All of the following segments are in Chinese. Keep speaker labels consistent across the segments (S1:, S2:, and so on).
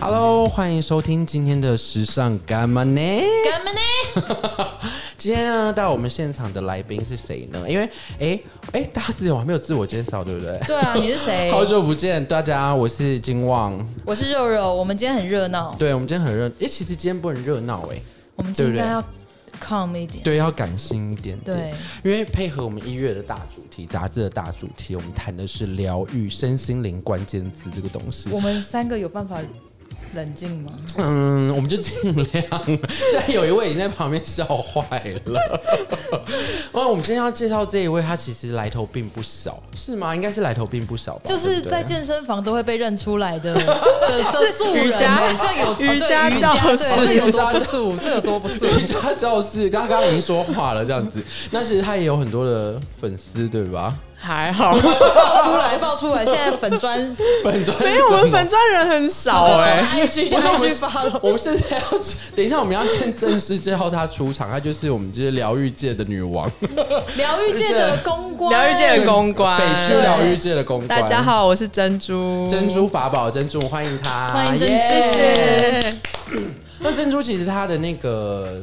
S1: Hello，欢迎收听今天的时尚干嘛呢？
S2: 干嘛呢？
S1: 今天呢，到我们现场的来宾是谁呢？因为，哎哎，大家之前我还没有自我介绍，对不对？？
S2: 对啊，你是 谁
S1: 好久不见，大家，我是金旺。
S2: 我是肉肉。我们今天很热闹，
S1: 对，我们今天很热，哎、其实今天不很热闹哎、
S2: 我们今天应该
S1: 对
S2: 要 calm 一点。
S1: 对，要感性一点点。
S2: 对，
S1: 因为配合我们一月的大主题，杂志的大主题，我们谈的是疗愈身心灵关键字这个东西。
S2: 我们三个有办法冷静吗？
S1: 嗯，我们就尽量。 现在有一位已经在旁边笑坏了。哇，我们今天要介绍这一位，他其实来头并不小，是吗？应该是来头并不小吧？
S2: 就是
S1: 对不对
S2: 在健身房都会被认出来的的的素人，
S3: 瑜伽
S2: 好像有
S3: 瑜
S2: 哦
S3: 伽
S2: 对瑜
S3: 教室
S2: 对这有
S1: 瑜
S2: 多不
S1: 伽
S2: 素，这有 多不素。
S1: 瑜伽教室，刚刚已经说话了，这样子。那其实他也有很多的粉丝，对吧？
S3: 还好，
S2: 爆出来，爆出来！现在粉砖
S1: 粉砖
S3: 没有我们粉专人很 少哎、
S2: ，IG
S1: 我们
S2: IG 发了。
S1: 我们现在要等一下，我们要先正式介绍她出场，她就是我们这些疗愈界的女王，
S2: 疗愈界的公关，
S3: 疗愈界的哎公关
S1: 北区疗愈界的公关。
S3: 大家，好，我是珍珠，
S1: 珍珠法宝，珍珠，欢迎她，
S2: 欢迎珍珠
S1: 耶
S3: 谢谢。
S1: 那珍珠其实她的那个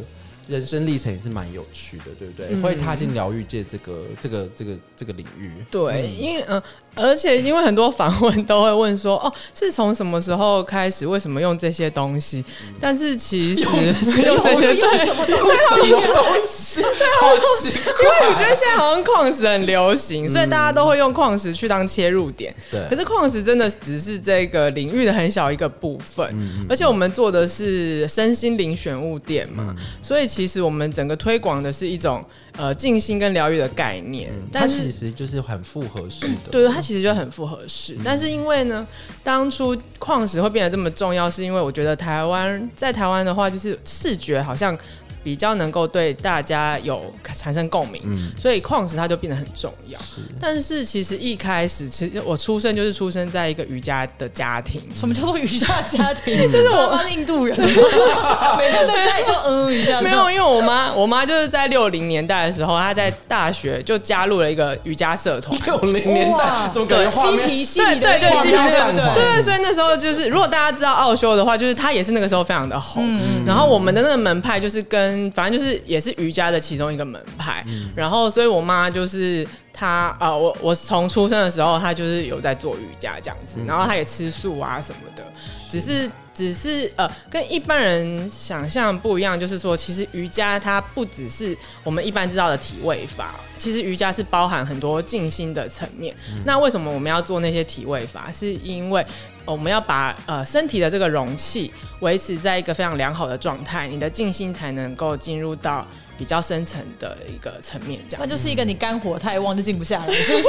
S1: 人生历程也是蛮有趣的，对不对？
S3: 嗯
S1: 会踏进疗愈界这个这个这个这个领域，
S3: 对，因为嗯、而且因为很多访问都会问说，哦，是从什么时候开始，为什么用这些东西？但是其实嗯 用这些对，
S1: 什么东西？东西，好奇
S3: 因为我
S1: 怪。
S3: 觉得现在好像矿石很流行，所以大家都会用矿石去当切入点。
S1: 对
S3: 可是矿石真的只是这个领域的很小一个部分，
S1: 嗯
S3: 而且我们做的是身心灵选物店嘛，
S1: 嗯
S3: 所以其实我们整个推广的是一种呃静心跟疗愈的概念，
S1: 嗯它
S3: 但
S1: 其
S3: 是。
S1: 实就是很复合式的，
S3: 对，它其实就很符合适，
S1: 嗯
S3: 但是因为呢，当初矿石会变得这么重要，是因为我觉得台湾在台湾的话，就是视觉好像比较能够对大家有产生共鸣，
S1: 嗯，
S3: 所以矿石它就变得很重要。
S1: 是
S3: 但是其实一开始，其实我出生就是出生在一个瑜伽的家庭，
S2: 什么叫做瑜伽家庭？就是
S3: 我
S2: 我妈是印度人，每天在家里就嗯一下，
S3: 没有，因为我妈，我妈就是在六零年代的时候，她在大学就加入了一个瑜伽社团。
S1: 六零年代
S2: 哇
S1: 怎么感觉画
S2: 嬉
S1: 面
S2: 皮嬉
S3: 对
S2: 皮
S3: 对
S2: 的
S3: 对，
S1: 画
S3: 嬉
S1: 面
S3: 皮
S1: 好
S3: 对
S1: 像
S3: 对
S1: 很
S3: 对，所以那时候就是，如果大家知道奥修的话，就是她也是那个时候非常的
S2: 嗯
S3: 红。然后我们的那个门派就是跟，反正就是也是瑜伽的其中一个门派。然后，所以我妈就是她啊、呃我我从出生的时候，她就是有在做瑜伽这样子，然后她也吃素啊什么的，只是只是呃，跟一般人想象不一样，就是说，其实瑜伽它不只是我们一般知道的体位法，其实瑜伽是包含很多静心的层面。那为什么我们要做那些体位法？是因为呃我们要把呃身体的这个容器维持在一个非常良好的状态，你的静心才能够进入到比较深层的一个层面，这样
S2: 那。就是一个你肝火太旺就静不下来， 是不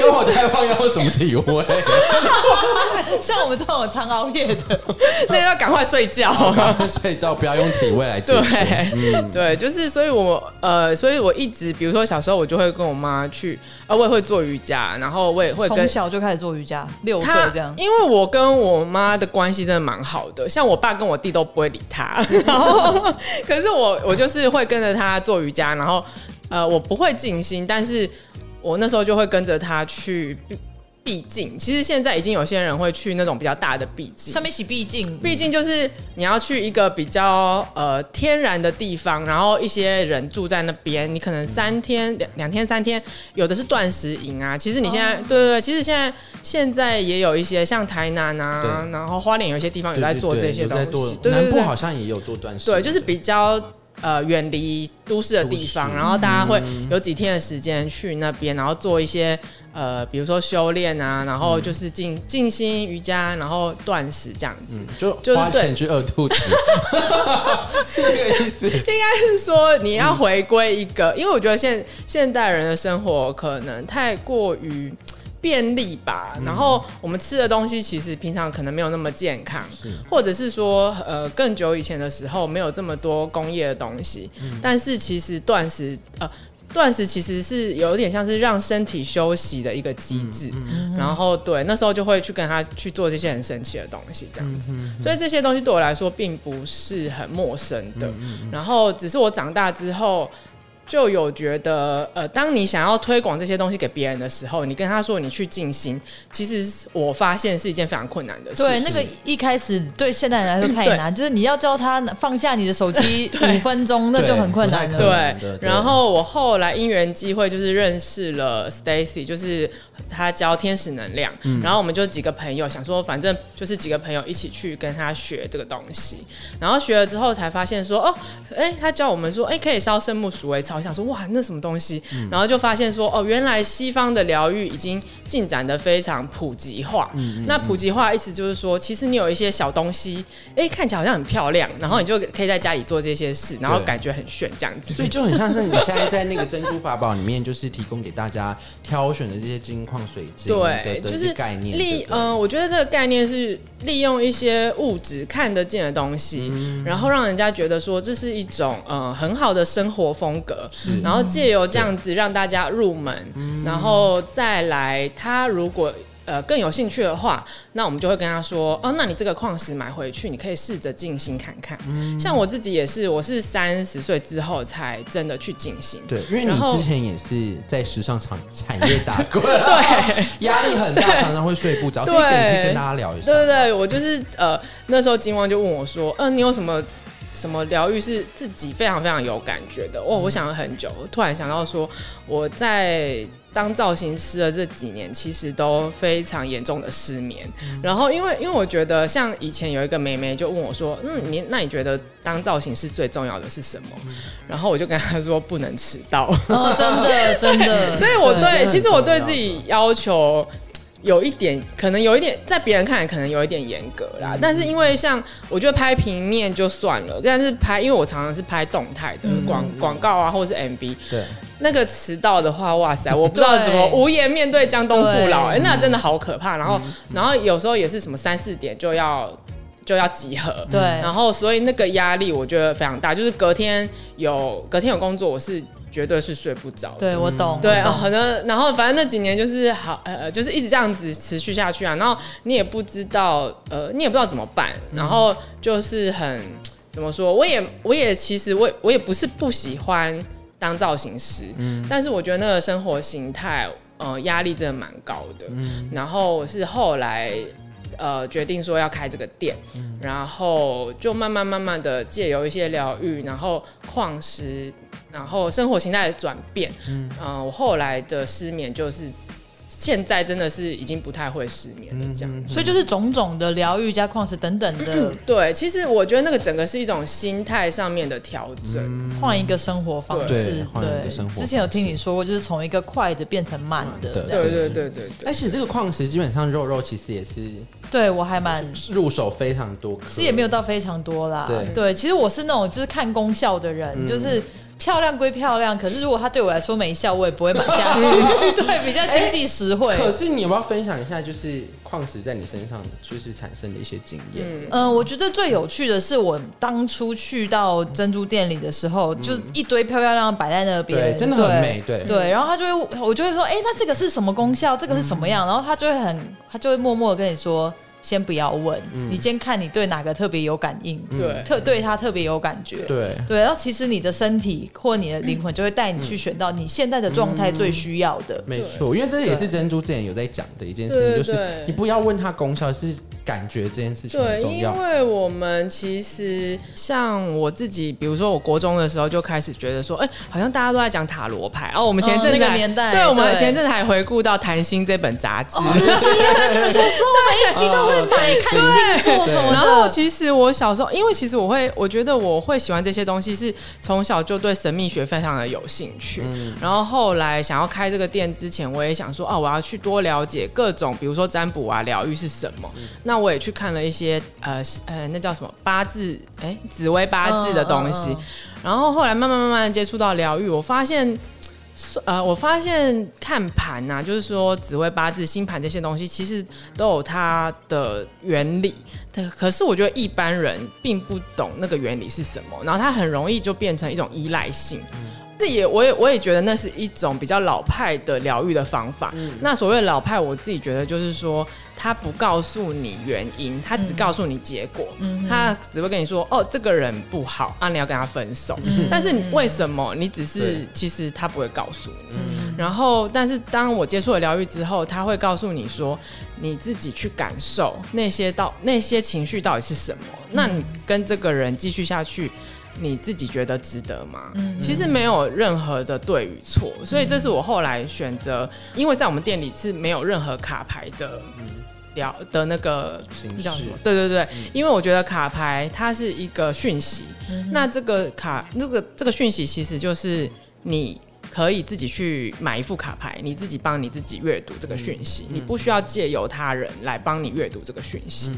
S1: 跟我太忘要什么体 位？
S2: 是？像我们这种有常熬夜的，
S3: 那要赶快睡觉。
S1: 睡觉不要用体位来解决。
S3: 对， 对，就是，所以我呃，所以我一直，比如说小时候，我就会跟我妈去，呃，我也会做瑜伽，然后我也会跟
S2: 从小就开始做瑜伽，六岁
S3: 她
S2: 这样，。
S3: 因为我跟我妈的关系真的蛮好的，像我爸跟我弟都不会理她， 然后可是我我就是会跟着她做瑜伽，然后呃，我不会静心，但是我那时候就会跟着她去避避静。其实现在已经有些人会去那种比较大的避静，
S2: 上面洗毕竟
S3: 毕竟就是你要去一个比较呃天然的地方，然后一些人住在那边，你可能三天两两天三天，有的是断食营啊。其实你现在、
S2: 哦
S3: 对对对，其实现在现在也有一些像台南啊
S1: 对，
S3: 然后花莲有一些地方有在做这些东西，对
S1: 南
S3: 对
S1: 部
S3: 对，
S1: 好像也有做断食，
S3: 对就是比较。呃，远离都市的地
S1: 都
S3: 方，
S1: 市
S3: 然后大家会有几天的时间去那边，然后做一些呃，比如说修炼啊，然后就是静静心瑜伽，然后断食这样子。
S1: 嗯就
S3: 就是
S1: 花钱
S3: 对
S1: 去饿肚 子，是这个意思。
S3: 应该是说你要回归一个，因为我觉得现现代人的生活可能太过于便利吧，然后我们吃的东西其实平常可能没有那么健康，或者是说呃更久以前的时候没有这么多工业的东西，但是其实断食呃。断食其实是有点像是让身体休息的一个机制，然后对那时候就会去跟他去做这些很神奇的东西，这样子。所以这些东西对我来说并不是很陌生的。然后只是我长大之后，就有觉得，呃，当你想要推广这些东西给别人的时候，你跟他说你去静心，其实是我发现是一嗯件非常困难的事。
S2: 对，那个一开始对现代人来说太难，就是你要教他放下你的手 机五分钟，那就很困难
S1: 对不
S2: 了。
S1: 太可能
S3: 对
S1: 的，对
S3: 然后我后来因缘机会就是认识了 Stacy，就是他教天使能量，
S1: 嗯
S3: 然后我们就几个朋友想说，反正就是几个朋友一起去跟他学这个东西，然后学了之后才发现说，哦，哎、他教我们说，哎、可以烧圣木鼠尾草，我想说哇，那什么东西，然后就发现说，哦，原来西方的疗愈已经进展的非常普及化，那普及化的意思就是说，其实你有一些小东西，哎、看起来好像很漂亮，然后你就可以在家里做这些事，然后
S1: 对
S3: 感觉很炫这样子，
S1: 所以就很像是你现在在那个珍珠法宝里面，就是提供给大家挑选的这些金矿水晶的
S3: 对，
S1: 的
S3: 就是
S1: 概念，对不
S3: 利
S1: 对
S3: 嗯、我觉得这个概念是利用一些物质看得见的东西，
S1: 嗯
S3: 然后让人家觉得说这是一种嗯、呃很好的生活风格，然后借由这样子让大家入门，
S1: 嗯
S3: 然后再来他如果。呃，更有兴趣的话，那我们就会跟他说，哦，那你这个矿石买回去，你可以试着静心看看。
S1: 嗯
S3: 像我自己也是，我是三十岁之后才真的去静心。
S1: 对，因为你
S3: 然后
S1: 之前也是在时尚产产业打滚，对， 压力很大，常常会睡不着。这
S3: 对
S1: 一点可以跟大家聊一下。
S3: 对对对，我就是呃，那时候金汪就问我说：“嗯、你有什么什么疗愈是自己非常非常有感觉的？”哦，我想了很久，我突然想到说，我在当造型师的这几年，其实都非常严重的失眠。然后因为因为我觉得，像以前有一个妹妹就问我说：“嗯，你那你觉得当造型师最重要的是什么？”然后我就跟她说：“不能迟到。”
S2: 哦，真 的呃真的，
S3: 所以我
S1: 这
S3: 对，
S1: 很
S3: 其实我对
S1: 重要
S3: 自己要求有一点，可能有一点，在别人看来可能有一点严格啦。
S2: 嗯
S3: 但是因为像我觉得拍平面就算了，但是拍，因为我常常是拍动态
S2: 嗯
S3: 的广广告啊，或是 MV，
S1: 对，
S3: 那个迟到的话，哇 塞，我不知道怎么
S2: 对
S3: 无颜面对江东父老，
S2: 对嗯
S3: 哎、那真的好可怕。然后，然后有时候也是什么三四点就要就要集合，
S2: 对
S3: 然后所以那个压力我觉得非常大，就是隔天有隔天有工作，我是绝对是睡不着的。
S2: 对我懂，
S3: 对，
S2: 我
S3: 哦
S2: 懂
S3: 好的，然后反正那几年就是好，呃，就是一直这样子持续下去啊。然后你也不知道，呃，你也不知道怎么办，然后就是很怎么说，我也我也其实我也我也不是不喜欢当造型师，但是我觉得那个生活形态，呃，压力真的蛮高的。然后是后来。呃，决定说要开这个店，然后就慢慢慢慢的借由一些疗愈，然后矿石，然后生活形态的转变，嗯、我后来的失眠就是现在真的是已经不太会失眠了，这样。
S2: 所以就是种种的疗愈加矿石等等的，
S3: 对，其实我觉得那个整个是一种心态上面的调整，
S2: 换一个生活方
S1: 对
S2: 式，
S1: 换一个生活
S2: 之前有听
S1: 方式
S2: 你说过，就是从一个快的变成慢的，
S1: 对
S2: 这
S3: 对
S2: 样
S3: 对对对对。
S1: 而且这个矿石基本上肉肉其实也是
S2: 对我还蛮
S1: 入手非常多颗，
S2: 其实也没有到非常多啦。
S1: 对嗯
S2: 其实我是那种就是看功效的人，就是漂亮归漂亮，可是如果它对我来说没效，我也不会买下 去。对，比较经济实惠。
S1: 哎可是你要不要分享一下，就是矿石在你身上就是产生的一些经验？
S2: 嗯，我觉得最有趣的是，我当初去到珍珠店里的时候，就一堆漂漂亮亮摆在那边，
S1: 嗯对真的很美对
S2: 对，然后他就会，我就会说，哎、那这个是什么功效？这个是什
S1: 嗯
S2: 么样？然后他就会很，他就会默默的跟你说。先不要问，
S1: 嗯
S2: 你先看你对哪个特别有感应，
S3: 对
S2: 特对它特别有感觉，
S1: 对，
S2: 对，然后其实你的身体或你的灵魂就会带你去选到你现在的状态最需要的。
S1: 没错，因为这也是珍珠之前有在讲的一件事
S3: 对
S1: 情，
S3: 对
S1: 就是
S3: 对
S1: 你不要问它功效，是感觉这件事情
S2: 嗯
S1: 很
S3: 对，
S1: 重
S3: 因
S1: 要。
S3: 为我们其实像我自己，比如说我国中的时候就开始觉得说，哎、好像大家都在讲塔罗牌。哦，我们前一阵子
S2: 哦那个
S3: 还
S2: 年代
S3: 对，我们
S2: 对
S3: 前一阵子还回顾到《谈心》这本杂志。
S1: 哦
S2: 小时候每一期都会买看星座什么
S3: 然后
S2: 的，
S3: 其实我小时候，因为其实我会，我觉得我会喜欢这些东西，是从小就对神秘学非常的有兴趣。然后后来想要开这个店之前，我也想说，啊，我要去多了解各种，比如说占卜啊、疗愈是什么。那我也去看了一些，呃呃，那叫什么八字，哎、紫薇八字的东西。
S2: 嗯嗯嗯
S3: 然后后来慢慢慢慢地接触到疗愈，我发现。呃，我发现看盘呐、啊就是说紫微八字、星盘这些东西，其实都有它的原理。但可是我觉得一般人并不懂那个原理是什么，然后它很容易就变成一种依赖性。这也，我也我也觉得那是一种比较老派的疗愈的方法。那所谓老派，我自己觉得就是说，他不告诉你原因，他只告诉你结果，他只会跟你说哦，这个人不好啊，你要跟他分手。但是你为什么？你只是
S1: 对
S3: 其实他不会告诉你。
S1: 嗯
S3: 然后，但是当我接触了疗愈之后，他会告诉你说，你自己去感受那些到那些情绪到底是什么。那你跟这个人继续下去，你自己觉得值得吗？其实没有任何的对与错，所以这是我后来选择，因为在我们店里是没有任何卡牌的聊的那个
S2: 嗯
S1: 形
S3: 那叫
S1: 式嗯
S3: 什么？对对对，因为我觉得卡牌它是一个讯息，那这个卡那个这个讯息其实就是你。可以自己去买一副卡牌，你自己帮你自己阅读这个讯息，
S1: 嗯
S3: 你不需要借由他人来帮你阅读这个讯
S1: 嗯
S3: 息。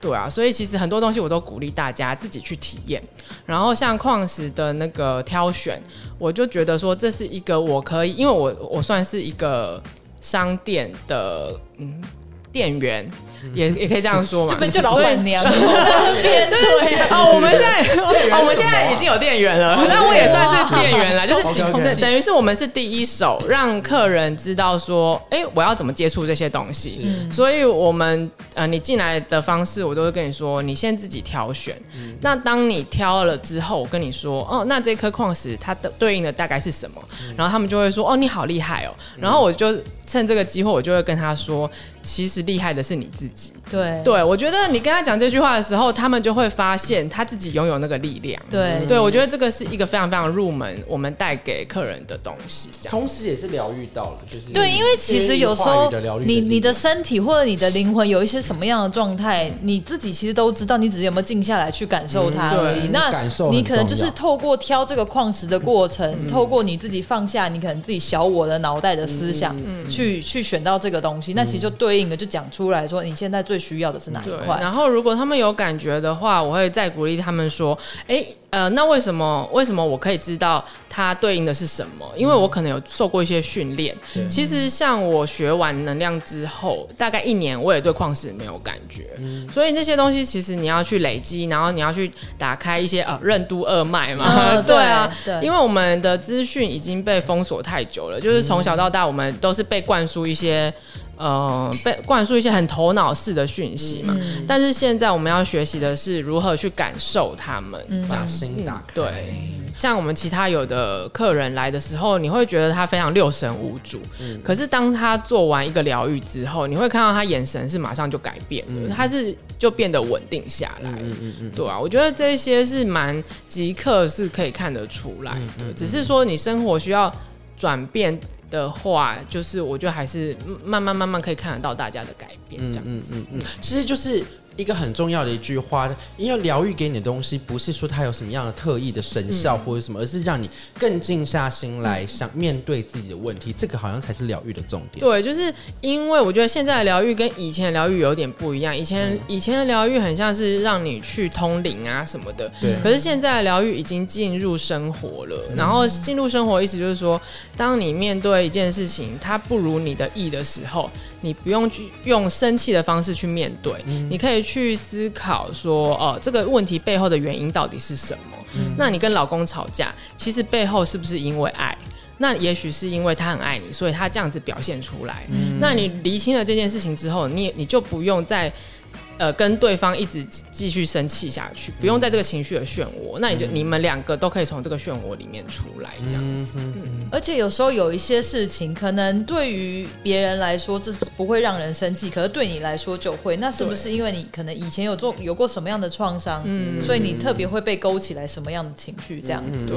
S3: 对啊，所以其实很多东西我都鼓励大家自己去体验。然后像矿石的那个挑选，我就觉得说这是一个我可以，因为我我算是一个商店的嗯店员，也也可以这样说嘛，
S2: 这边就老板娘，这 边对啊，
S3: 哦，我们现在，
S1: 店员
S3: 哦，我们现在已经有店员了，那我也算是店员了，就是
S1: 级空
S3: 这
S1: 气
S3: 等于是我们是第一手，让客人知道说，哎、我要怎么接触这些东西。
S2: 嗯
S3: 所以我们呃，你进来的方式，我都会跟你说，你先自己挑选。那当你挑了之后，我跟你说，哦，那这颗矿石它的对应的大概是什么？然后他们就会说，哦，你好厉害哦。然后我就趁这个机会，我就会跟他说，其实厉害的是你自己。
S2: 对
S3: 对，我觉得你跟他讲这句话的时候，他们就会发现他自己拥有那个力量。
S2: 对
S3: 对，我觉得这个是一个非常非常入门，我们带给客人的东西。这样，
S1: 同时也是疗愈到了，就是
S2: 对，因为其实有时
S1: 话
S2: 候
S1: 语的疗愈
S2: 你
S1: 力
S2: 你的身体或者你的灵魂有一些什么样的状态，你自己其实都知道，你只是有没有静下来去感受它而
S1: 嗯
S2: 已。
S1: 对
S2: 那
S1: 感受很
S2: 你可能就
S1: 重
S2: 是
S1: 要嗯
S2: 透过挑这个矿石的过程，透过你自己放下你可能自己小我的脑袋的思想，
S1: 嗯
S2: 去去选到这个东西，那其实就对应的就讲出来说你现在最需要的是哪一
S3: 对。
S2: 块。
S3: 然后，如果他们有感觉的话，我会再鼓励他们说：“哎，呃，那为什么为什么我可以知道它对应的是什么？因为我可能有受过一些训练。
S1: 对
S3: 其实，像我学完能量之后，大概一年，我也对矿石没有感觉。
S2: 嗯
S3: 所以那些东西，其实你要去累积，然后你要去打开一些呃任督二脉嘛。
S2: 啊
S3: 对啊，
S2: 对对
S3: 因为我们的资讯已经被封锁太久了，就是从小到大，我们都是被灌输一些。呃，被灌输一些很头脑式的讯息嘛，但是现在我们要学习的是如何去感受他们，
S2: 嗯
S3: 这样
S1: 把心打开，
S3: 对，像我们其他有的客人来的时候，你会觉得他非常六神无主，可是当他做完一个疗愈之后，你会看到他眼神是马上就改变了，他是就变得稳定下来。
S1: 嗯嗯嗯，
S3: 对啊，我觉得这些是蛮即刻是可以看得出来的，只是说你生活需要转变的话，就是我觉得还是慢慢慢慢可以看得到大家的改变这样子。
S1: 嗯嗯，其实就是一个很重要的一句话，因为疗愈给你的东西，不是说它有什么样的特异的神
S3: 嗯
S1: 效或者什么，而是让你更静下心来想面对自己的问题，这个好像才是疗愈的重点。
S3: 对，就是因为我觉得现在的疗愈跟以前的疗愈有点不一样，以
S1: 嗯
S3: 前、以前的疗愈很像是让你去通灵啊什么的，
S1: 对嗯
S3: 可是现在的疗愈已经进入生活了，然后进入生活意思就是说，当你面对一件事情它不如你的意的时候，你不用去用生气的方式去面对，
S1: 嗯
S3: 你可以去思考说，哦、这个问题背后的原因到底是什么？那你跟老公吵架，其实背后是不是因为爱？那也许是因为他很爱你，所以他这样子表现出来。那你厘清了这件事情之后，你也你就不用再呃跟对方一直继续生气下去，不用在这个情绪的漩涡。那你就、你们两个都可以从这个漩涡里面出来，这样子。
S1: 嗯
S2: 而且有时候有一些事情，可能对于别人来说这是不会让人生气，可是对你来说就会。那是不是因为你可能以前有做有过什么样的创伤，
S3: 嗯
S2: 所以你特别会被勾起来什么样的情绪？
S1: 嗯
S2: 这样子，
S3: 对，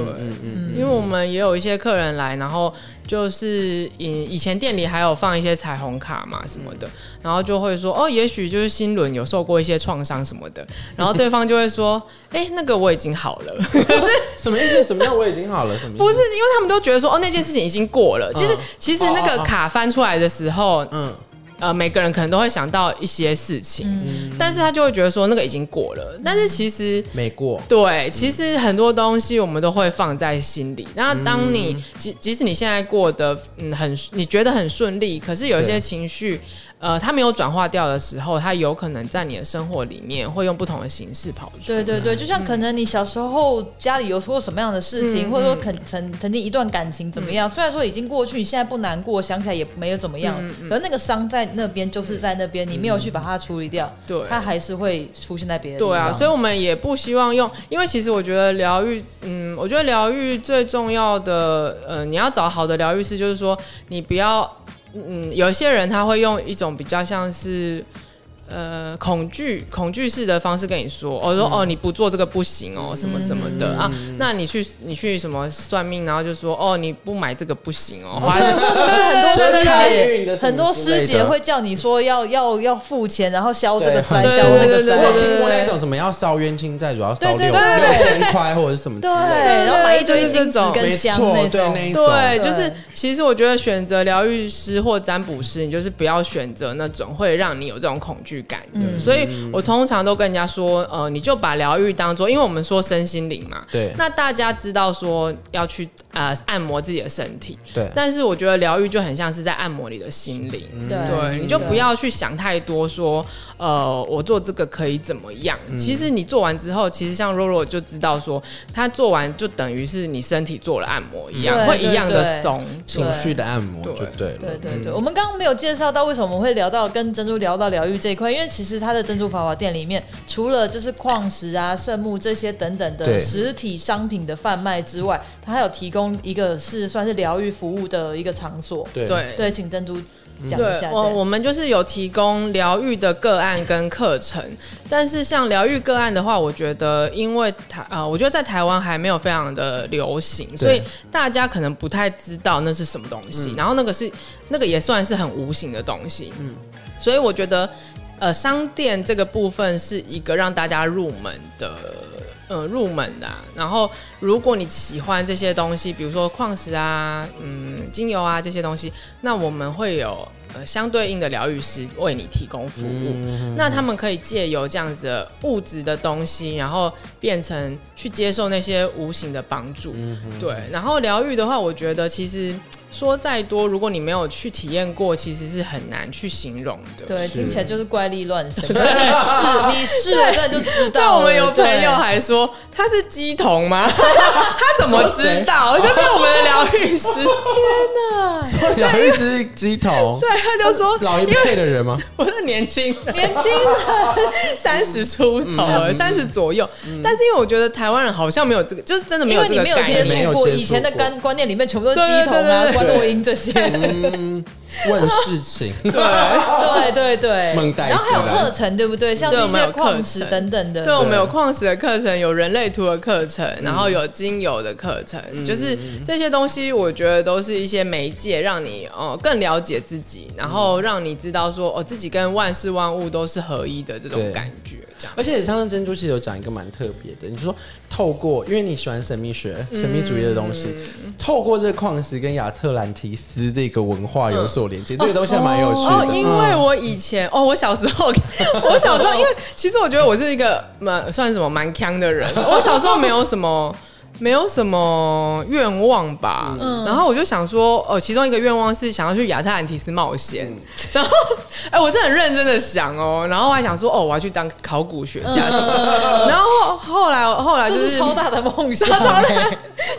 S3: 因为我们也有一些客人来，然后就是以以前店里还有放一些彩虹卡嘛什么的，然后就会说哦，也许就是心轮有受过一些创伤什么的，然后对方就会说，哎、那个我已经好了， 可是
S1: 什么意思？什么样我已经好了？什么意思？
S3: 不是，因为他们都觉得说哦那件事情已经过了，其实、
S1: 嗯
S3: 其实那
S1: 哦哦
S3: 个
S1: 哦
S3: 卡翻出来的时候，
S1: 嗯，
S3: 呃，每个人可能都会想到一些事情，但是他就会觉得说那个已经过了，但是其实。
S1: 没过，
S3: 对，其实很多东西我们都会放在心里。那当你即即使你现在过得嗯很，你觉得很顺利，可是有一
S1: 对
S3: 些情绪，呃，它没有转化掉的时候，它有可能在你的生活里面会用不同的形式跑出
S2: 对
S3: 来。
S2: 对对，就像可能你小时候家里有做过什么样的事
S3: 嗯
S2: 情，或者说肯曾曾经一段感情怎么样，虽然说已经过去，你现在不难过，想起来也没有怎么样，
S3: 嗯
S2: 可是那个伤在那边就是在那边，你没有去把它处理掉，
S3: 嗯对
S2: 它还是会出现在别的地方。
S3: 对啊，所以我们也不希望用，因为其实我觉得疗愈，嗯，我觉得疗愈最重要的，呃，你要找好的疗愈师，就是说你不要，嗯，有些人他会用一种比较像是。呃，恐惧恐惧式的方式跟你说，哦
S2: 嗯
S3: 说、哦你不做这个不行哦，什么什么的、啊，那你去你去什么算命，然后就说哦你不买这个不行哦，花
S2: 对，啊或者是很多
S1: 对对
S2: 师
S1: 对
S2: 姐，很多师姐会叫你说要要要付钱，然后消这个灾，
S3: 对
S2: 消那个
S3: 对对
S1: 我
S2: 灾
S1: 有。听过那种什么要烧冤亲债主，要烧
S2: 对
S1: 六
S2: 对
S1: 六
S2: 对对
S1: 千块或者是什么之
S2: 对，
S1: 类的，
S2: 然后买一堆金子跟
S1: 没
S2: 香
S1: 错，
S2: 那
S1: 对
S2: 种，
S1: 那一种，
S3: 对，
S2: 对
S3: 就是其实我觉得选择疗愈师或占卜师，你就是不要选择那种会让你有这种恐惧感的。所以我通常都跟人家说，呃，你就把疗愈当做，因为我们说身心灵嘛，
S1: 对
S3: 那大家知道说要去呃按摩自己的身体，
S1: 对
S3: 但是我觉得疗愈就很像是在按摩你的心灵，
S1: 嗯
S2: 嗯对
S3: 对，你就不要去想太多说，呃，我做这个可以怎么样？其实
S2: 嗯
S3: 你做完之后，其实像若若就知道说，他做完就等于是你身体做了按摩一样，
S2: 对
S3: 会一样的
S2: 对
S3: 松。
S1: 情绪的按摩就对了，嗯
S2: 对对对，我们刚刚没有介绍到为什么我们会聊到跟珍珠聊到疗愈这一块，因为其实它的珍珠法华店里面，除了就是矿石啊、圣木这些等等
S1: 对
S2: 的实体商品的贩卖之外，它还有提供一个是算是疗愈服务的一个场所。
S1: 对
S3: 对
S2: 对，请珍珠讲
S3: 对哦
S2: 一下。，
S3: 我我们就是有提供疗愈的个案跟课程，但是像疗愈个案的话，我觉得因为台啊、我觉得在台湾还没有非常的流行，所以大家可能不太知道那是什么东西，
S2: 嗯
S3: 然后那个是那个也算是很无形的东西，嗯，所以我觉得呃，商店这个部分是一个让大家入门的。呃，入门的啊、然后如果你喜欢这些东西，比如说矿石啊，嗯，精油啊这些东西，那我们会有呃相对应的疗愈师为你提供服务。那他们可以借由这样子的物质的东西，然后变成去接受那些无形的帮助。对，然后疗愈的话，我觉得其实说再多，如果你没有去体验过，其实是很难去形容的。
S2: 对，听起来就是怪力乱神。但你试，你试了，那就知
S3: 但
S2: 道了。
S3: 我们有朋友
S2: 对
S3: 还说他是鸡 童吗？他怎么知道？就是我们的疗 愈师，
S1: 养一只鸡头，
S3: 对，他就说
S1: 老一辈的人吗？
S3: 我是年轻 人，
S2: 年轻人，
S3: 三十出
S2: 嗯
S3: 头，三十左右。但是因为我觉得台湾人好像没有这个，就是真的没
S2: 因
S3: 有
S2: 为
S3: 这
S2: 你
S3: 个
S2: 没有
S3: 概
S2: 接
S3: 念。
S1: 没
S2: 触
S1: 有
S2: 过，
S1: 接触
S2: 以前的
S1: 过
S2: 观观念里面全部都是
S3: 对对
S2: 鸡头啊
S3: 对、对
S2: 关洛音这些。
S3: 嗯
S1: 问事情，
S2: 对对对，
S1: 梦代之
S2: 然后还有
S1: 类
S2: 课程，对不对？像
S3: 对
S2: 是
S3: 我
S2: 一
S3: 们有
S2: 些
S3: 课
S2: 矿石
S3: 程
S2: 等等的。
S3: 对，我们有矿石的课程，有人类图的课程，然
S2: 嗯
S3: 后有精油的课程，就是这些东西，我觉得都是一些媒介，让你哦、呃更了解自己，然
S2: 嗯
S3: 后让你知道说哦、自己跟万事万物都是合一的这
S1: 对
S3: 种感觉，这样。
S1: 而且上次珍珠其实有讲一个蛮特别的，你说透过，因为你喜欢神秘学、
S3: 嗯
S1: 神秘主义的东西，透过这矿石跟亚特兰提斯这个文化有所连接，这个东西还蛮有趣的。嗯
S3: 哦，因为我以前哦，我小时候， 我小时候，因为其实我觉得我是一个蛮算什么蛮强的人，我小时候没有什么。没有什么愿望吧，然后我就想说，哦，其中一个愿望是想要去亚特兰提斯冒险，然后， 哎，我是很认真的想哦，然后我还想说，哦，我要去当考古学家什么的，然后后来后来
S2: 这
S3: 就是是
S2: 超大的梦 想，
S3: 就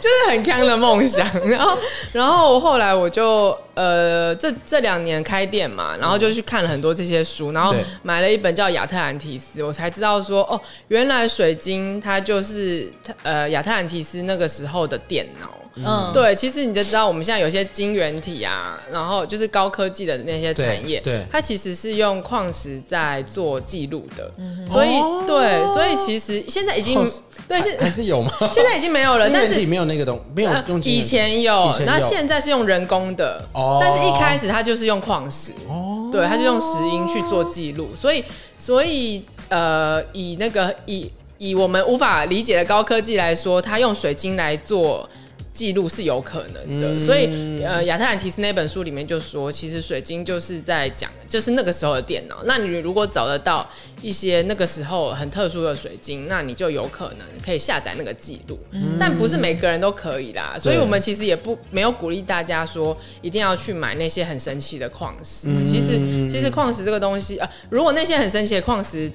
S3: 是很康的梦想。然后，然后后来我就呃，这这两年开店嘛，然后就去看了很多这些书，然后
S1: 对
S3: 买了一本叫《亚特兰提斯》，我才知道说哦，原来水晶它就是呃亚特兰提斯那个时候的电脑。
S2: 嗯，
S3: 对，其实你就知道，我们现在有些晶圆体啊，然后就是高科技的那些产业，
S1: 对对
S3: 它其实是用矿石在做记录的，
S1: 嗯
S3: 所以、对，
S1: 哦
S3: 所以其实现在已经
S1: 矿石
S3: 对
S1: 还还
S3: 现
S1: 是有 吗？
S3: 现在已经没有了，
S1: 新
S3: 但
S1: 人
S3: 是
S1: 体没有那个东，没有
S3: 呃
S1: 用晶
S3: 以
S1: 圆体
S3: 前有
S1: 以，前
S3: 那
S1: 有
S3: 现在是用人工的，
S1: 哦
S3: 但是一开始它就是用矿石，
S1: 哦
S3: 对，它就用石英去做记录，所以所以呃，以那个以以我们无法理解的高科技来说，它用水晶来做。记录是有可能的。所以呃，亚特兰提斯那本书里面就说，其实水晶就是在讲，就是那个时候的电脑。那你如果找得到一些那个时候很特殊的水晶，那你就有可能可以下载那个记录，但不是每个人都可以啦。所以我们其实也不没有鼓励大家说一定要去买那些很神奇的矿石。其实其实矿石这个东西，呃，如果那些很神奇的矿石。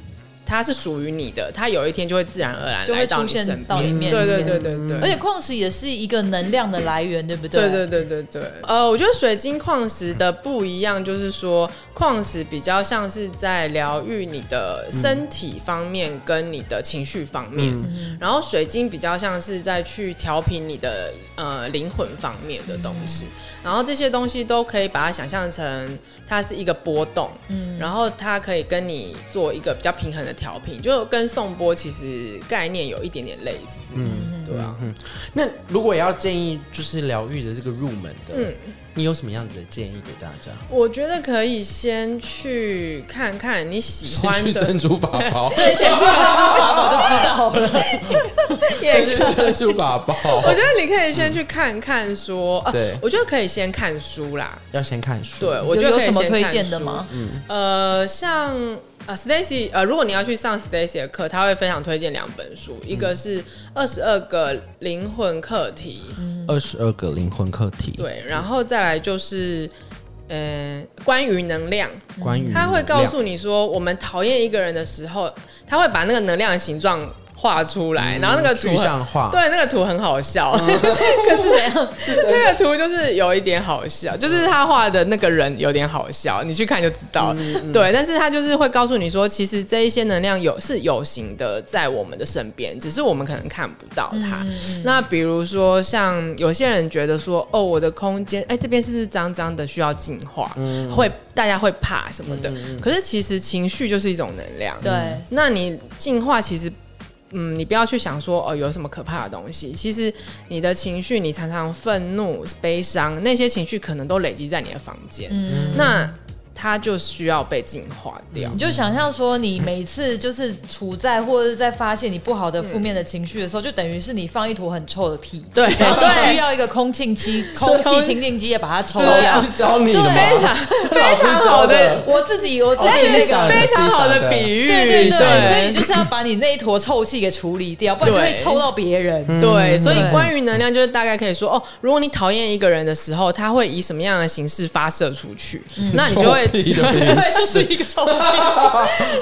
S3: 它是属于你的，它有一天就会自然而然
S2: 就
S3: 来
S2: 会
S3: 到
S2: 出
S3: 你身
S2: 现
S3: 边。
S2: 到你面前。
S3: 嗯对对对对对，
S2: 而且矿石也是一个能量的来源，对不对？
S3: 对对对对对，呃，我觉得水晶矿石的不一样，就是说矿石比较像是在疗愈你的身体方面跟你的情绪方面，然后水晶比较像是在去调频你的呃灵魂方面的东西，然后这些东西都可以把它想象成它是一个波动，然后它可以跟你做一个比较平衡的调频，就跟颂钵其实概念有一点点类似，嗯，对啊。
S1: 那如果要建议就是疗愈的这个入门的，
S3: 嗯
S1: 你有什么样子的建议给大家？
S3: 我觉得可以先去看看你喜欢
S1: 先 去
S3: 的，
S1: 珍珠宝 宝，
S2: 对，先去珍珠法宝就知道了。
S1: 先去珍珠宝宝，
S3: 我觉得你可以先去看看说， 啊
S1: 对
S3: 我觉得可以先看书啦。
S1: 要先看书。
S3: 对，我觉
S2: 有
S3: 得
S2: 有
S3: 可以
S2: 什么
S3: 先
S2: 推
S3: 看
S2: 荐的
S3: 书
S2: 吗？？
S3: 呃，像呃 Stacy，呃，如果你要去上 Stacy 的课，他会非常推荐两本书，一
S2: 嗯
S3: 个是《二十二个灵魂课题》，
S2: 嗯
S1: 二十二个灵魂课题，
S3: 对，然后再来就是。呃，关于能量，
S1: 关于
S3: 他会告
S1: 能量
S3: 诉你说，我们讨厌一个人的时候，他会把那个能量的形状画出来，然后那个图
S1: 嗯具
S3: 很
S1: 象化，
S3: 对，那个图很好笑，
S2: 可是怎样？
S3: 那个图就是有一点好笑，就是他画的那个人有点好笑，你去看就知道。对，但是他就是会告诉你说，其实这一些能量有是有形的在我们的身边，只是我们可能看不到它。那比如说，像有些人觉得说，哦，我的空间，哎、这边是不是脏脏的，需要净化，会大家会怕什么的。可是其实情绪就是一种能量，
S2: 对，
S3: 那你进化其实，嗯，你不要去想说哦有什么可怕的东西。其实你的情绪，你常常愤怒、悲伤那些情绪，可能都累积在你的房间。
S2: 嗯
S3: 那它就需要被净化掉。
S2: 你就想象说，你每次就是处在或者是在发泄你不好的负面的情绪的时候，就等于是你放一坨很臭的屁，
S3: 对
S2: 然后你
S3: 对
S2: 需要一个空气机、空气清净机也把它抽
S3: 对
S2: 掉
S1: 老。师教你的吗？
S2: 对
S3: 哦非常好的，
S2: 我自己，我自
S1: 哦
S2: 己
S1: 是你
S2: 那
S1: 想
S2: 个
S1: 的。
S3: 非常好的比喻。
S2: 对对对，所以你
S3: 就。
S2: 就是要把你那一坨臭气给处理掉，不然就会
S3: 对
S2: 抽到别人。
S3: 对，所以
S2: 对
S3: 关于能量，就是大概可以说哦，如果你讨厌一个人的时候，他会以什么样的形式发射出去，那你就会
S1: 臭 屁的
S3: 对
S1: 形
S3: 对， 就是一个臭屁。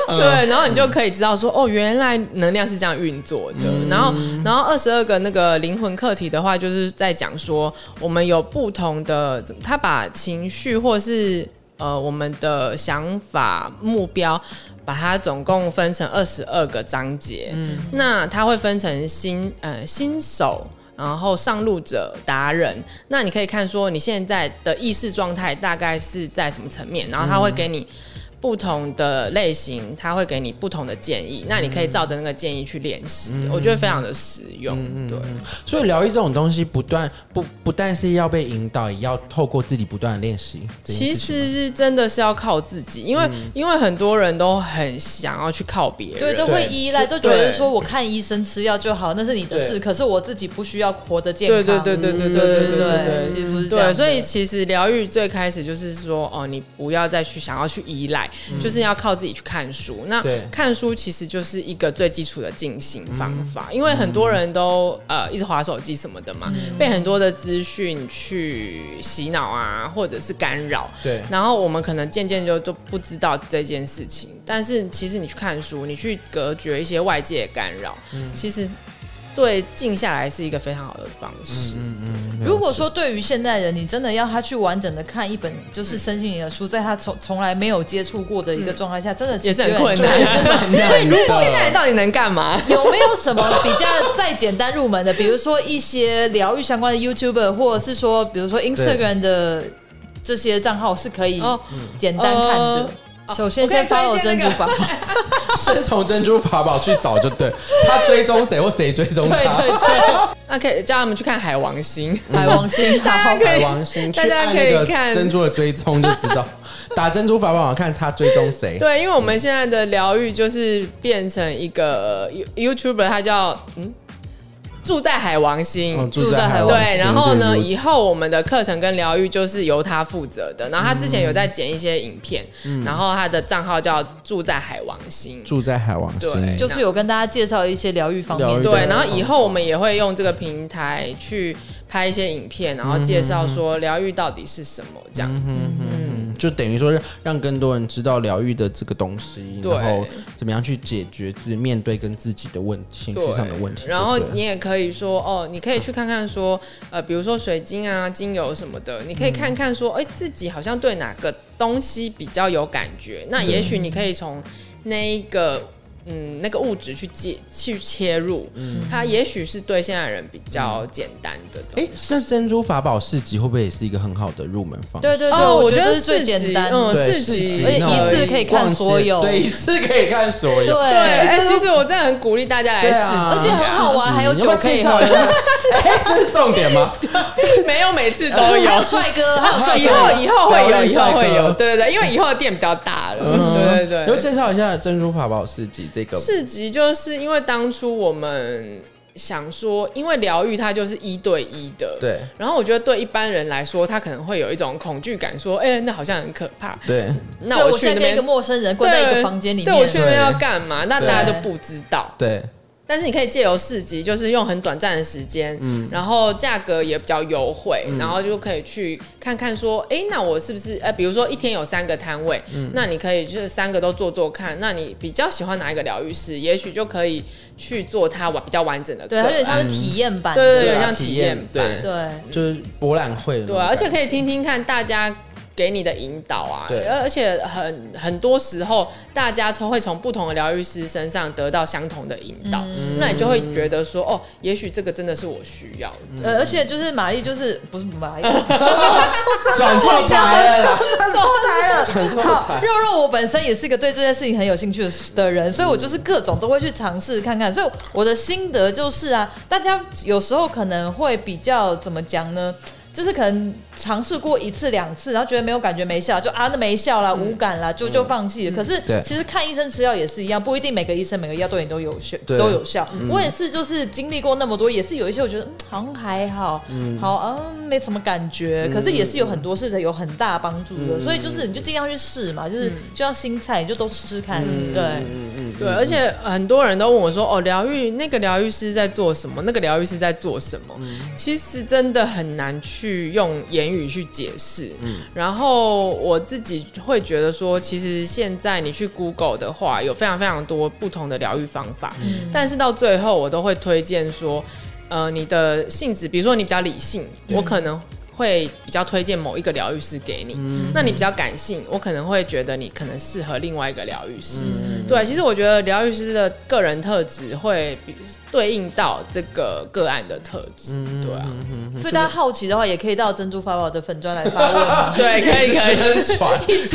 S3: 对，然后你就可以知道说哦，原来能量是这样运作的。然后，然后二呃十二个那个灵魂课题的话，就是在讲说我们有不同的，他把情绪或是呃我们的想法目标。把它总共分成二十二个章节，那它会分成新呃新手，然后上路者、达人。那你可以看说你现在的意识状态大概是在什么层面，然后它会给你不同的类型，它会给你不同的建议。那你可以照着那个建议去练习，我觉得非常的实用。对，
S1: 所以疗愈这种东西，不断不不但是要被引导，也要透过自己不断的练习。这件
S3: 其
S1: 事情
S3: 实是真的是要靠自己，因为、因为很多人都很想要去靠别人。
S2: 对，都会依赖，
S1: 对
S2: 都觉得说我看医生吃药就好，那是你的事。可是我自己不需要活得健康。嗯
S3: 对对对对对对对对对嗯
S2: 其实不是这样
S3: 对，
S2: 的
S3: 所以其实疗愈最开始就是说，哦，你不要再去想要去依赖，
S2: 嗯
S3: 就是要靠自己去看书。那
S1: 对
S3: 看书其实就是一个最基础的进行
S2: 嗯
S3: 方法，因为很多人都呃一直划手机什么的嘛，
S2: 嗯
S3: 被很多的资讯去洗脑啊，或者是干扰。
S1: 对
S3: 然后我们可能渐渐就都不知道这件事情，但是其实你去看书，你去隔绝一些外界的干扰，其实对静下来是一个非常好的方式。
S1: 嗯
S2: 如果说对于现代人，你真的要他去完整的看一本就是身心灵的书，在他从从来没有接触过的一个状态下，真的
S3: 也
S2: 其
S3: 是
S2: 实
S3: 很困
S2: 有点重
S3: 难。
S2: 要
S1: 嗯
S3: 所以如果
S1: 现
S3: 现
S1: 在
S3: 在到底能干 嘛？
S2: 有没有什么比较再简单入门的？比如说一些疗愈相关的 YouTuber，或者是说，比如说 Instagram 的这些账号是可以嗯
S3: 哦
S2: 简单看的。呃首先，先
S3: 我可以
S2: follow
S3: 推荐
S2: 珍
S3: 那
S2: 珠
S3: 个
S2: 法 宝，
S1: 先从珍珠法宝去找就对，他追踪谁或谁追踪
S2: 对对
S1: 他。
S2: 对，
S3: 那可以叫他们去看海王星。
S2: 海王星，好
S3: 大家可以
S1: 海王星去
S3: 大家
S1: 按
S3: 可以
S1: 那个
S3: 看
S1: 珍珠的追踪就知 道，打珍珠法宝看他追踪谁。
S3: 对，因为我们现在呃的疗愈就是变成一个 You- YouTuber，他叫嗯住在海王星，
S1: 嗯
S2: 住在海王
S3: 对，然后呢，
S1: 以
S3: 以后我们的课程跟疗愈就是由他负责的。然后他之前有在剪一些影片，然后他的账号叫“住在海王星
S1: 住在海王星，
S3: 对
S2: 就是有跟大家介绍一些疗愈方面
S1: 疗愈
S2: 的”。
S1: 的
S3: 对，然后以后我们也会用这个平台去拍一些影片，然后介绍说疗愈到底是什么这样子。
S1: 嗯，就等于说让让更多人知道疗愈的这个东西，
S3: 对
S1: 然后怎么样去解决自面对跟自己的问情绪上的问题。
S3: 然后
S1: 对不对
S3: 你也可以说哦，你可以去看看说，呃，比如说水晶啊、精油什么的，你可以
S1: 嗯
S3: 看看说，哎、自己好像对哪个东西比较有感觉，那也许你
S1: 嗯
S3: 可以从那一个。嗯，那个物质去接去切入，
S1: 嗯
S3: 它也许是对现在人比较简单的东
S1: 哎、
S3: 西。
S1: 那珍珠法宝市集会不会也是一个很好的入门方式？
S2: 对对对，
S3: 哦
S2: 我
S3: 我觉
S2: 得
S3: 得
S2: 是最
S3: 市
S2: 简
S3: 集
S2: 单。
S3: 嗯
S1: 对，
S3: 市集
S1: 集
S2: 而且
S1: 那种
S2: 一次可以看所有
S1: 逛街对，一次可以看所有。
S2: 对
S3: 对，哎、
S2: 就是
S3: 其实我真的很鼓励大家来
S1: 对
S3: 试、
S1: 啊，
S2: 而且很好玩
S1: 市集
S2: 还有
S1: 你要不要
S2: 酒可以
S1: 介绍一下哎、这是重点 吗？
S3: 没有每次都 有
S2: 还有。帅哥，哎还有帅
S3: 以
S2: 哥，
S3: 后以后会有，以后会
S1: 有
S3: 有，对对对，因为以后的店比较大了，对对对。
S1: 嗯你会介绍一下珍珠法宝市集这个吗？
S3: 市集就是因为当初我们想说，因为疗愈它就是一对一的，。
S1: 对
S3: 然后我觉得对一般人来说，他可能会有一种恐惧感，说，哎、那好像很可怕。
S1: 对，
S3: 那
S2: 对我
S3: 去
S2: 现
S3: 那
S2: 在跟一
S3: 边
S2: 个，陌生人关在一个房间里面，
S3: 对我去那边
S1: 对
S3: 要干嘛？那
S1: 对
S3: 大家就不知道。
S1: 对，
S3: 但是你可以借由市集，就是用很短暂的时间，然后价格也比较优惠，然后就可以去看看说，哎、那我是不是，呃，比如说一天有三个摊位，那你可以就是三个都做做看，那你比较喜欢哪一个疗愈师，也许就可以去做它完比较完整的个
S2: 对，它有点
S3: 案，
S2: 像
S1: 嗯
S2: 是体验版
S3: 对对
S2: 的，
S3: 对，
S1: 对
S3: 有
S1: 啊
S3: 点像体
S1: 体
S3: 验
S1: 验
S3: 版，
S2: 对
S1: 就是博览会的那种
S3: 对啊，而且
S1: 感觉
S3: 可以听听看大家。给你的引导啊，
S1: 对
S3: 而而且很很多时候，大家都会从不同的疗愈师身上得到相同的引导，那你就会觉得说，哦，也许这个真的是我需要的。
S2: 呃，而且就是玛丽，就是不是 玛丽，
S1: 转错台了啦，
S2: 转错台了，
S1: 转错
S2: 好，
S1: 台。
S2: 肉肉，我本身也是个对这件事情很有兴趣的的人，所以我就是各种都会去尝试看看。所以我的心得就是啊，大家有时候可能会比较怎么讲呢？就是可能尝试过一次两次，然后觉得没有感觉没效，就啊那没效啦，无感啦，就就放弃了。可是
S1: 对
S2: 其实看医生吃药也是一样，不一定每个医生每个药对你都有效，
S1: 对
S2: 都有效。我也是，就是经历过那么多，也是有一些我觉得嗯好像还好，好嗯没什么感觉，可是也是有很多是有很大帮助
S3: 嗯
S2: 的。所以就是你就尽量去试嘛，就是就像新菜，你就都吃吃看，对。
S1: 嗯嗯
S3: 对，而且很多人都问我说：“哦，疗愈那个疗愈师在做什么？那个疗愈师在做什么？”
S1: 嗯
S3: 其实真的很难去用言语去解释。
S1: 嗯
S3: 然后我自己会觉得说，其实现在你去 Google 的话，有非常非常多不同的疗愈方法，
S1: 嗯
S3: 但是到最后我都会推荐说，呃，你的性质，比如说你比较理性，
S2: 嗯
S3: 我可能。会比较推荐某一个疗愈师给你，
S2: 嗯
S3: 那你比较感性，我可能会觉得你可能适合另外一个疗愈师。
S2: 嗯
S3: 对，其实我觉得疗愈师的个人特质会比对应到这个个案的特质，
S2: 嗯
S3: 对啊，
S2: 所以大家好奇的话，也可以到珍珠法宝的粉砖来发 问。
S3: 对，可以可以
S1: 一直宣传，一直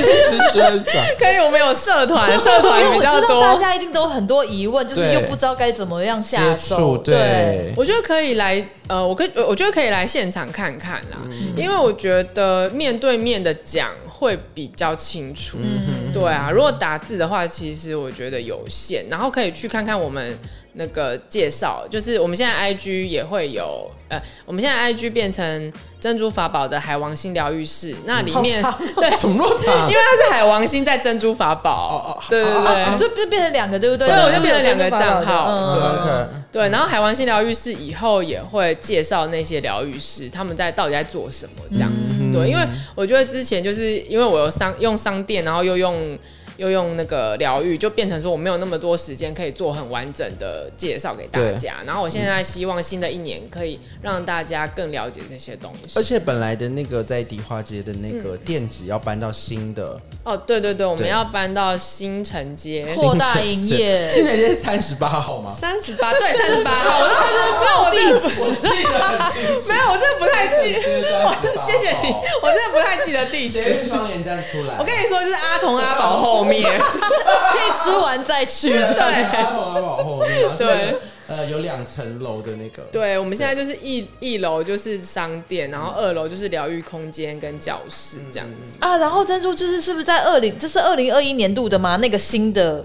S1: 宣传。
S3: 可以，我们有社团，社
S2: 因
S3: 团
S2: 为
S3: 比
S2: 我
S3: 较
S2: 知道大
S3: 多。
S2: 家一定都有很多疑问，就是
S1: 对
S2: 又不知道该怎么样下
S1: 接
S2: 手。
S1: 触对，
S3: 我觉得可以来，呃，我可以我觉得可以来现场看看啦，
S1: 嗯
S3: 因为我觉得面对面的讲会比较清楚。
S1: 嗯
S3: 对啊，如果打字的话，其实我觉得有限，然后可以去看看我们那个介绍，就是我们现在 IG 也会有，呃，我们现在 IG 变成珍珠法宝的海王星疗愈室，那里面、
S2: 好长
S3: 对，
S1: 什么落差
S3: 因为？它是海王星在珍珠法宝，
S1: 哦哦哦
S3: 对对对。
S2: 啊所以就变成两个，对不对？
S3: 对
S2: 就是
S3: 我就变成两个账号
S2: 嗯嗯嗯
S1: 嗯 OK
S3: 对，然后海王星疗愈师以后也会介绍那些疗愈师他们在到底在做什么这样子。
S1: 嗯
S3: 对，因为我觉得之前就是因为我有商用商店，然后又用又用那个疗愈，就变成说我没有那么多时间可以做很完整的介绍给大家。然后我现在希望新的一年可以让大家更了解这些东西。
S1: 而且本来的那个在迪化街的那个
S3: 嗯
S1: 店址要搬到新的，
S3: 哦，对对对，我们
S1: 对哦
S3: 要搬到新城街。
S2: 扩大营业
S1: 新城街三十八号 吗？
S3: 三十八对三十八号，我都我都我地址
S1: 我记得很清楚
S3: 没有，我真的不太记，我谢谢你，我真的不太记得地址。
S1: 捷运双连站出来。
S3: 我跟你说，就是阿童阿宝后面，
S2: 哦可以吃完再去。
S3: 对
S1: 沙头宝后面，然后是那个
S3: 对
S1: 呃有两层楼的那个，
S3: 对，我们现在就是一一楼就是商店，然后
S2: 嗯
S3: 二楼就是疗愈空间跟教室这样子。
S2: 啊，然后珍珠就是是不是在二零，这是二零二一年度的吗？那个新的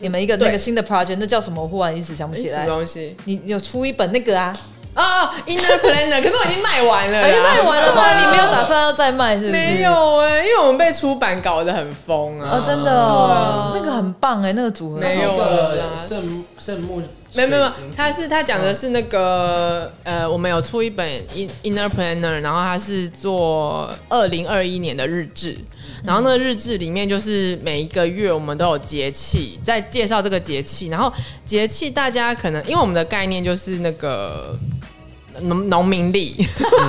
S2: 你们一个那个
S3: 对
S2: 新的 project，那叫什么？我忽然一时想不嗯起
S3: 什么
S2: 来。
S3: 东西？
S2: 你你有出一本那个啊？
S3: 啊，Inner Planner，可是我已经卖完了啦，
S2: 哎，卖完了吗？
S3: 对啊
S2: 你没有打算要再卖是不是？
S3: 没有哎、因为我们被出版搞得很疯啊。
S2: 哦，真的哦，那个很棒哎，那个组合
S3: 没有
S1: 个
S3: 啊
S1: 圣圣木，
S3: 没有没有，没有他是他讲的是那个、呃，我们有出一本 In Inner Planner，然后他是做二零二一年的日志，然后那个日志里面就是每一个月我们都有节气，在介绍这个节气，然后节气大家可能因为我们的概念就是那个农农民历，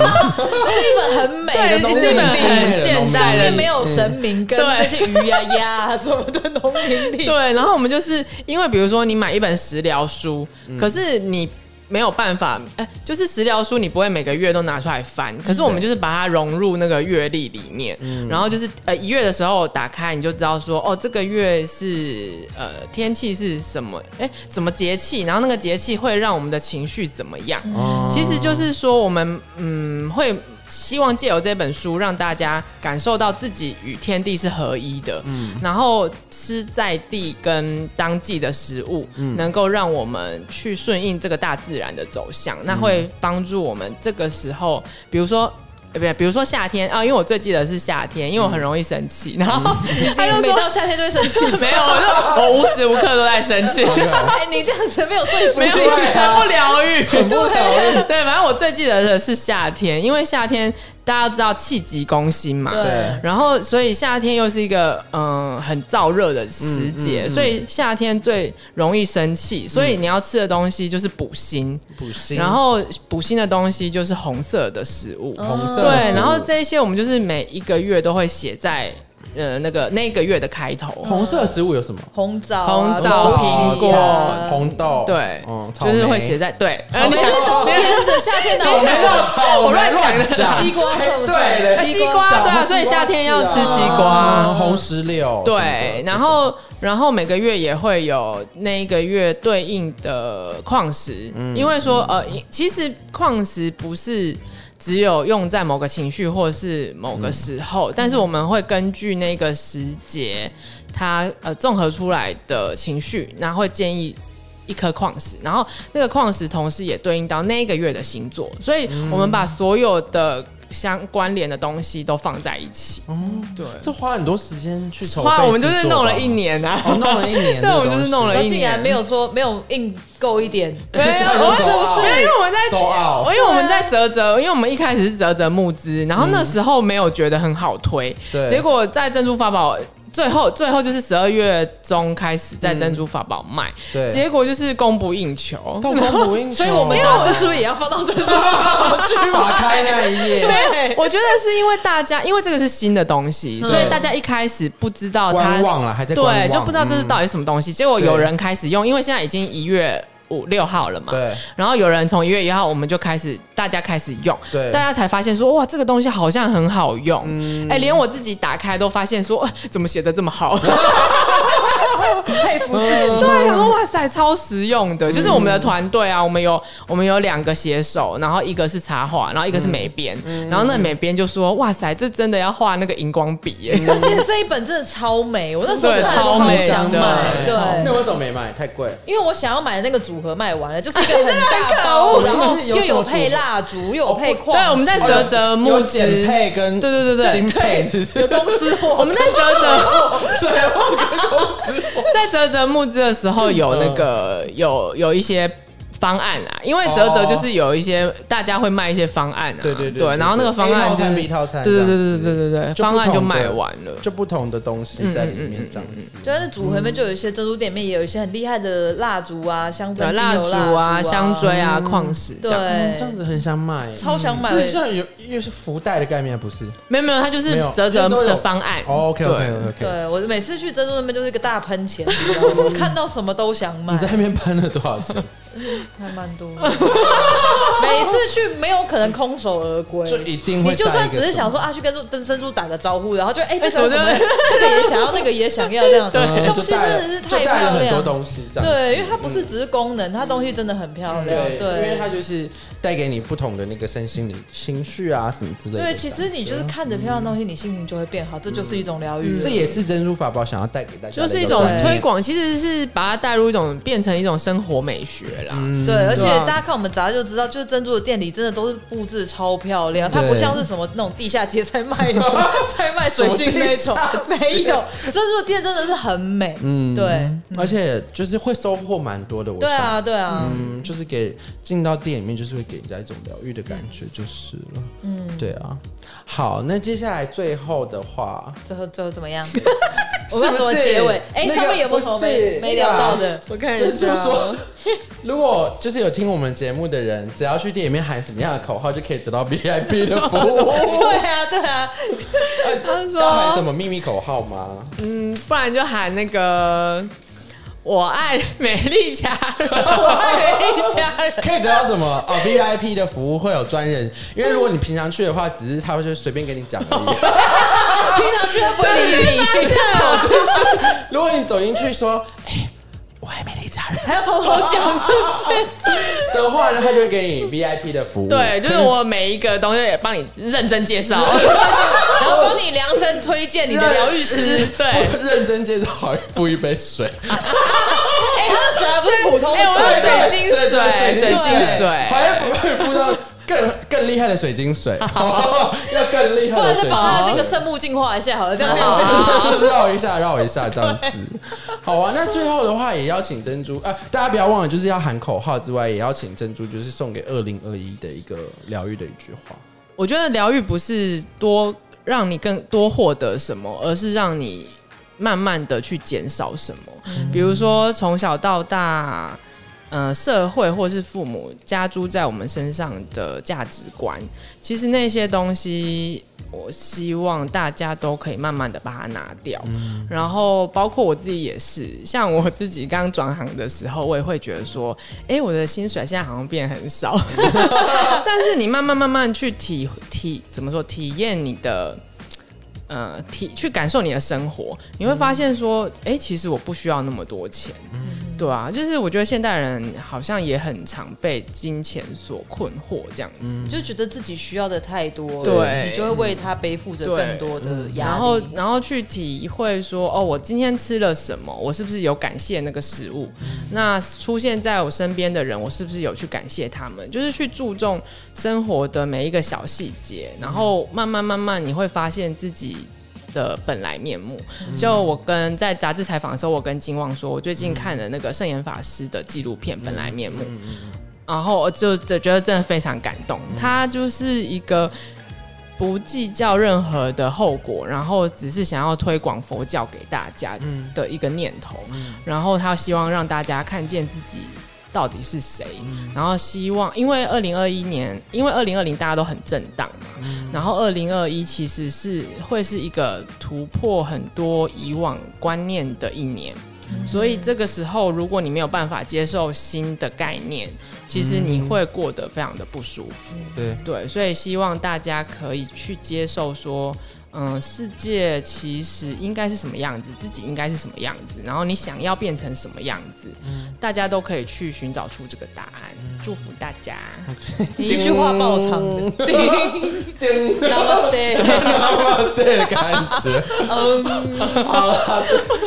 S2: 是一本很美的
S3: 对，
S2: 东
S1: 农
S2: 西
S1: 民历
S3: 是一本很现代
S2: 上
S3: 的
S2: 面没有神明跟那
S3: 对
S2: 些鱼啊、鸭啊什么的农民历。
S3: 对，然后我们就是因为比如说你买一本食疗书，
S2: 嗯
S3: 可是你。没有办法，哎、就是食疗书，你不会每个月都拿出来翻，
S2: 嗯
S3: 可是我们就是把它融入那个月历里面，
S1: 嗯
S3: 然后就是呃一月的时候打开，你就知道说，哦，这个月是呃天气是什么，哎、怎么节气，然后那个节气会让我们的情绪怎么样，
S1: 哦
S3: 其实就是说，我们嗯会希望借由这本书，让大家感受到自己与天地是合一的，嗯，然后吃在地跟当季的食物，能够让我们去顺应这个大自然的走向，那会帮助我们这个时候，比如说。呃不，比如说夏天啊，因为我最记得是夏天，因为我很容易生气，然后他就
S2: 每
S3: 说
S2: 到夏天就会生气，
S3: 嗯 没有，哦我就我无时无刻都在生 气，
S2: 哎，你这样子没有说服
S3: 啊没有，
S2: 力。
S3: 很不疗愈，很
S2: 不疗
S3: 愈。对，反正我最记得的是夏天，因为夏天大家都知道气急攻心嘛。
S1: 对
S3: 然后，所以夏天又是一个嗯、呃很燥热的时节，
S1: 嗯嗯嗯
S3: 所以夏天最容易生气，所以你要吃的东西就是补心，
S1: 补锌，
S3: 然后补心的东西就是红色的食物。
S1: 红色的食
S3: 对，
S1: 物
S3: 然后这一些我们就是每一个月都会写在呃那个那个月的开头。
S1: 红色食物有什么？
S2: 红枣啊、
S3: 红枣
S2: 枸
S3: 苹
S2: 杞
S3: 果
S2: 啊
S1: 红豆，
S3: 对，
S1: 嗯，
S3: 就是会写
S1: 在。
S3: 在对，呃，你
S2: 我们
S3: 想
S2: 是哎冬天的夏天的
S1: 我没有哎草莓，
S3: 我乱讲的
S1: 的
S2: 西瓜算不算
S1: 对了，
S2: 西
S3: 西瓜哎对啊，所以夏天要吃西瓜。
S1: 红石榴，
S3: 对，然后然后每个月也会有那一个月对应的矿石，
S1: 嗯
S3: 因为说呃，其实矿石不是只有用在某个情绪或是某
S1: 嗯
S3: 个时候，但是我们会根据那个时节，它呃综合出来的情绪，然后会建议一颗矿石，然后那个矿石同时也对应到那一个月的星座，所以我们把所有的相关联的东西都放在一起。对，
S1: 这花很多时间去嗯筹备制作吧，
S3: 哇，我们就是弄了一年啊，
S1: 哦，弄了一年，
S3: 对，我们就是弄
S2: 然
S3: 了
S2: 后
S3: 一
S2: 竟然
S3: 年，
S2: 没有说没有硬够一点，
S3: 没有，
S1: 这个
S3: 我
S1: 就走啊
S3: 是不是？因为我们在。
S1: 走
S3: 因
S1: 啊，
S3: 为我们在泽泽，因为我们一开始是泽泽募资，然后那时候没有觉得很好推，
S1: 嗯对
S3: 结果在珍珠法宝最后最后就是十二月中开始在珍珠法宝卖，
S1: 嗯对
S3: 结果就是供不应求，
S1: 动工不应，
S2: 所以我 们
S1: 要
S2: 杂志是不是也要放到这上？
S1: 打开那一页，
S3: 没有，我觉得是因为大家，因为这个是新的东西，所以大家一开始不知道它
S1: 嗯观望了，还在观
S3: 哦对，
S1: 望
S3: 就不知道这是
S1: 嗯
S3: 到底什么东西。结果有人开始用，因为现在已经一月五六号了嘛，
S1: 对。
S3: 然后有人从一月一号，我们就开始大家开始用，
S1: 对
S3: 大家才发现说哇，这个东西好像很好用，哎、连我自己打开都发现说，哇怎么写的这么好？
S2: 佩服自己。
S3: 对，啊然后哇塞，超实用的。就是我们的团队啊，我们有我们有两个写手，然后一个是插画，然后一个是美编，然后那美编就说：“哇塞，这真的要画那个荧光笔耶、
S2: 而且这一本真的超美，我那时候
S3: 对
S2: 看了超想
S3: 超美
S2: 买，
S3: 的
S1: 那
S2: 对，
S1: 为什么没买？太贵。
S2: 因为我想要买的那个组合卖完了，就是一个很大包，
S1: 哎真的
S2: 然
S1: 很可恶
S2: 后
S1: 是有
S2: 又
S1: 什么
S2: 有配蜡烛，又有配矿石，
S3: 哦对我们在泽泽
S1: 有
S3: 木子
S1: 减配跟
S3: 对对对对
S1: 新配是不是
S3: 有公司货， 我们在泽泽
S1: 水货跟公司货。
S3: 在泽泽募资的时候有那个有有一些。方案啊，因为泽泽就是有一些、大家会卖一些方案啊，
S1: 对对对对
S3: 对，然后那个方案就
S1: A 套
S3: 是
S1: 餐 B 套餐
S3: 对对
S1: 这
S3: 对
S1: 样
S3: 对
S1: 子
S3: 对对对对，
S1: 就不
S3: 方案就
S1: 同的
S3: 卖完了，
S1: 就不同的东西在里面这
S3: 嗯
S1: 样子。
S2: 就在那组合里面就有一些珍珠店里面也有一些很厉害的蜡烛啊、香
S3: 对
S2: 氛、
S3: 蜡
S2: 精油
S3: 烛
S2: 烛
S3: 啊、香锥啊、矿石这
S2: 对
S3: 样。
S1: 嗯这样子很想买，
S2: 超想买
S1: 是像有又是福袋的概念，不是
S3: 没有没有，它就是
S1: 没有哦
S3: 泽泽的方案。
S1: ？OK OK
S3: 对
S1: OK。
S2: 对我每 次去珍珠那边就是一个大喷钱，你知道吗我看到什么都想买
S1: 你在。那边喷了多少钱？
S2: 还蛮多的。 每次去没有可能空手而归，
S1: 就一定会
S2: 你就
S1: 带一
S2: 算
S1: 个
S2: 只是
S1: 什
S2: 想
S1: 么
S2: 说啊，去跟跟珍珠打个招呼，然后就哎、这个
S3: 哎怎么
S2: 什么 这个也想要，那个也想要这样子，
S1: 嗯
S2: 东
S1: 就
S2: 西真
S1: 带了
S2: 的是
S1: 就带
S2: 太
S1: 了
S2: 漂
S1: 很多
S2: 亮。
S1: 东西嗯这样子。
S2: 对，因为它不是只是功能，它东西真的很漂亮。
S1: 对，因为
S2: 对
S1: 它就是带给你不同的那个身心灵情绪啊什么之类的。
S2: 对，其实你就是看着漂亮的东西，你心情就会变好，这就是一种疗愈了。
S1: 嗯这也是珍珠法宝想要带给大家的
S3: 就
S1: 观念，
S3: 是一种
S2: 对
S3: 推广，其实是把它带入一种变成一种生活美学啦。
S1: 嗯
S2: 对，而且
S3: 对啊
S2: 大家看我们杂志就知道，就是珍珠的店里真的都是布置超漂亮，它
S1: 对
S2: 不像是什么那种地下街在卖 在卖水晶那
S1: 什
S2: 种
S1: 么，地下街
S2: 没有，珍珠的店真的是很美，嗯，对，
S1: 而且就是会收获蛮多的。我
S2: 对
S1: 想，
S2: 啊，对啊，
S1: 嗯，就是给进到店里面，就是会给人家一种疗愈的感觉，就是了。嗯，对啊。好，那接下来最后的话，
S2: 最后最后怎么样？
S1: 是
S2: 我
S1: 不是
S2: 们要怎么结尾？哎，
S1: 那个
S2: 上面有没有什么没
S1: 不是
S2: 没聊到的？
S3: 我看
S1: 这就是说，如果就是有听我们节目的人，只要去店里面喊什么样的口号，就可以得到 VIP 的服 务。哎
S2: 对啊，对啊，
S1: 他
S3: 说
S1: 喊什么秘密口号吗？
S3: 嗯，不然就喊那个“我爱美丽家人”，我爱美丽家人。
S1: 可以得到什么？哦，VIP 的服务会有专人，因为如果你平常去的话，只是他会就随便跟你讲而 已。
S2: 平常去都不会理你，
S1: 如果你走进去说，哎、我还没离家人
S2: 还要偷偷讲，是不是？
S1: 的话呢，他就会给你 VIP 的服务。
S3: 对，就是我每一个东西也帮你认真介绍，
S2: 然后帮你量身推荐 你的疗 愈师，
S3: 对。
S1: 我认真介绍好一付一杯水，
S2: 哎，他的水还不是普通
S3: 哎我
S2: 哦水
S3: 要。水晶水
S1: 对
S3: 水晶水
S1: 还不会付到更更厉害的水晶 水，要更厉害
S2: 不
S1: 的
S2: 然
S1: 水
S2: 就
S1: 晶
S2: 把他
S1: 水。
S2: 那个圣木净化一下好了，这样这样这
S1: 啊
S2: 样。
S1: 绕一下，绕一下，这样子。好啊，那最后的话也邀请珍珠啊、大家不要忘了，就是要喊口号之外，也要请珍珠，就是送给二零二一的一个疗愈的一句话。
S3: 我觉得疗愈不是多让你更多获得什么，而是让你慢慢的去减少什么。比如说从小到大，呃，社会或是父母加诸在我们身上的价值观，其实那些东西，我希望大家都可以慢慢的把它拿掉。然后包括我自己也是，像我自己刚转行的时候，我也会觉得说，哎、我的薪水现在好像变很少。但是你慢慢慢慢去体体怎么说体验你的。呃，体去感受你的生活，你会发现说，哎、其实我不需要那么多钱，对啊，就是我觉得现代人好像也很常被金钱所困惑这样子，
S2: 就觉得自己需要的太多了，
S3: 对
S2: 你就会为他背负着更多的压力。
S3: 然后 然后去体会说，哦，我今天吃了什么，我是不是有感谢那个食物？那出现在我身边的人，我是不是有去感谢他们？就是去注重生活的每一个小细节，然后慢慢慢慢，你会发现自己。的本来面目，就我跟在杂志采访的时候，我跟金旺说，我最近看了那个圣严法师的纪录片《本来面目》，然后我就就觉得真的非常感动。他就是一个不计较任何的后果，然后只是想要推广佛教给大家的一个念头，然后他希望让大家看见自己。到底是谁？然后希望，因为二零二一年，因为二零二零大家都很震荡嘛，然后二零二一其实是会是一个突破很多以往观念的一年，所以这个时候如果你没有办法接受新的概念，其实你会过得非常的不舒服。
S1: 对，
S3: 对，所以希望大家可以去接受说，嗯，世界其实应该是什么样子，自己应该是什么样子，然后你想要变成什么样子，
S1: 嗯
S3: 大家都可以去寻找出这个答案。祝福大家，
S2: 你一句话爆长的
S1: 嗯 叮
S2: ，Namaste，
S1: 对的感觉。好了，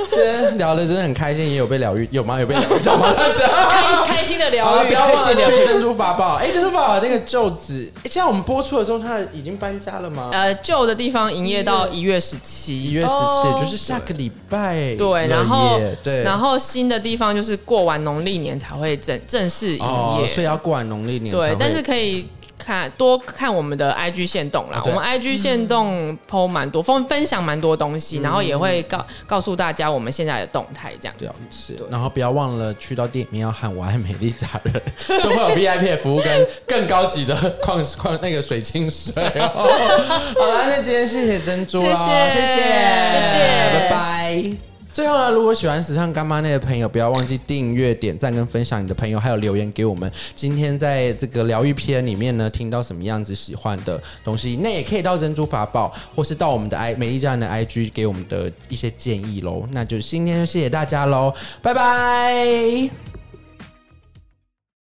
S1: 今天聊的真的很开心，也有被疗愈，有吗？有被疗愈到吗？大家。
S2: 开开心的
S1: 好
S2: 疗
S1: 了，
S2: 愈，
S1: 不要忘
S2: 开
S1: 了
S2: 心地疗愈
S1: 去珍珠法宝。哎、珍珠法宝那个旧址，哎现在我们播出的时候，它已经搬家了吗？
S3: 呃，旧的地方营业到一月十七，
S1: 一月十
S2: 哦
S1: 四，就是下个礼拜。
S3: 对，然后
S1: 对，
S3: 然后新的地方就是过完农历年才会正正式营业，
S1: 哦，所以要过完农历年才会。
S3: 对，但是可以看多看我们的 IG 线动啦
S1: 啊，
S3: 我
S1: 对
S3: 们 IG 线动 PO 蛮多，分分享蛮多东
S1: 嗯
S3: 西，然后也会告告诉大家我们现在的动态这样子
S1: 了。解，然后不要忘了去到店里面要喊“我爱美丽家人”，就会有 VIP 的服务跟更高级的矿矿那个水晶水哦。好啦，那今天谢谢珍珠啦，
S3: 谢谢
S1: 谢谢，
S2: 谢
S1: 拜
S2: 谢
S1: 拜。最后呢，如果喜欢时尚干妈内的朋友，不要忘记订阅、点赞跟分享你的朋友，还有留言给我们。今天在这个疗愈篇里面呢，听到什么样子喜欢的东西，那也可以到珍珠法宝，或是到我们的 i 美丽家人的 IG 给我们的一些建议喽。那就今天就谢谢大家喽，拜拜。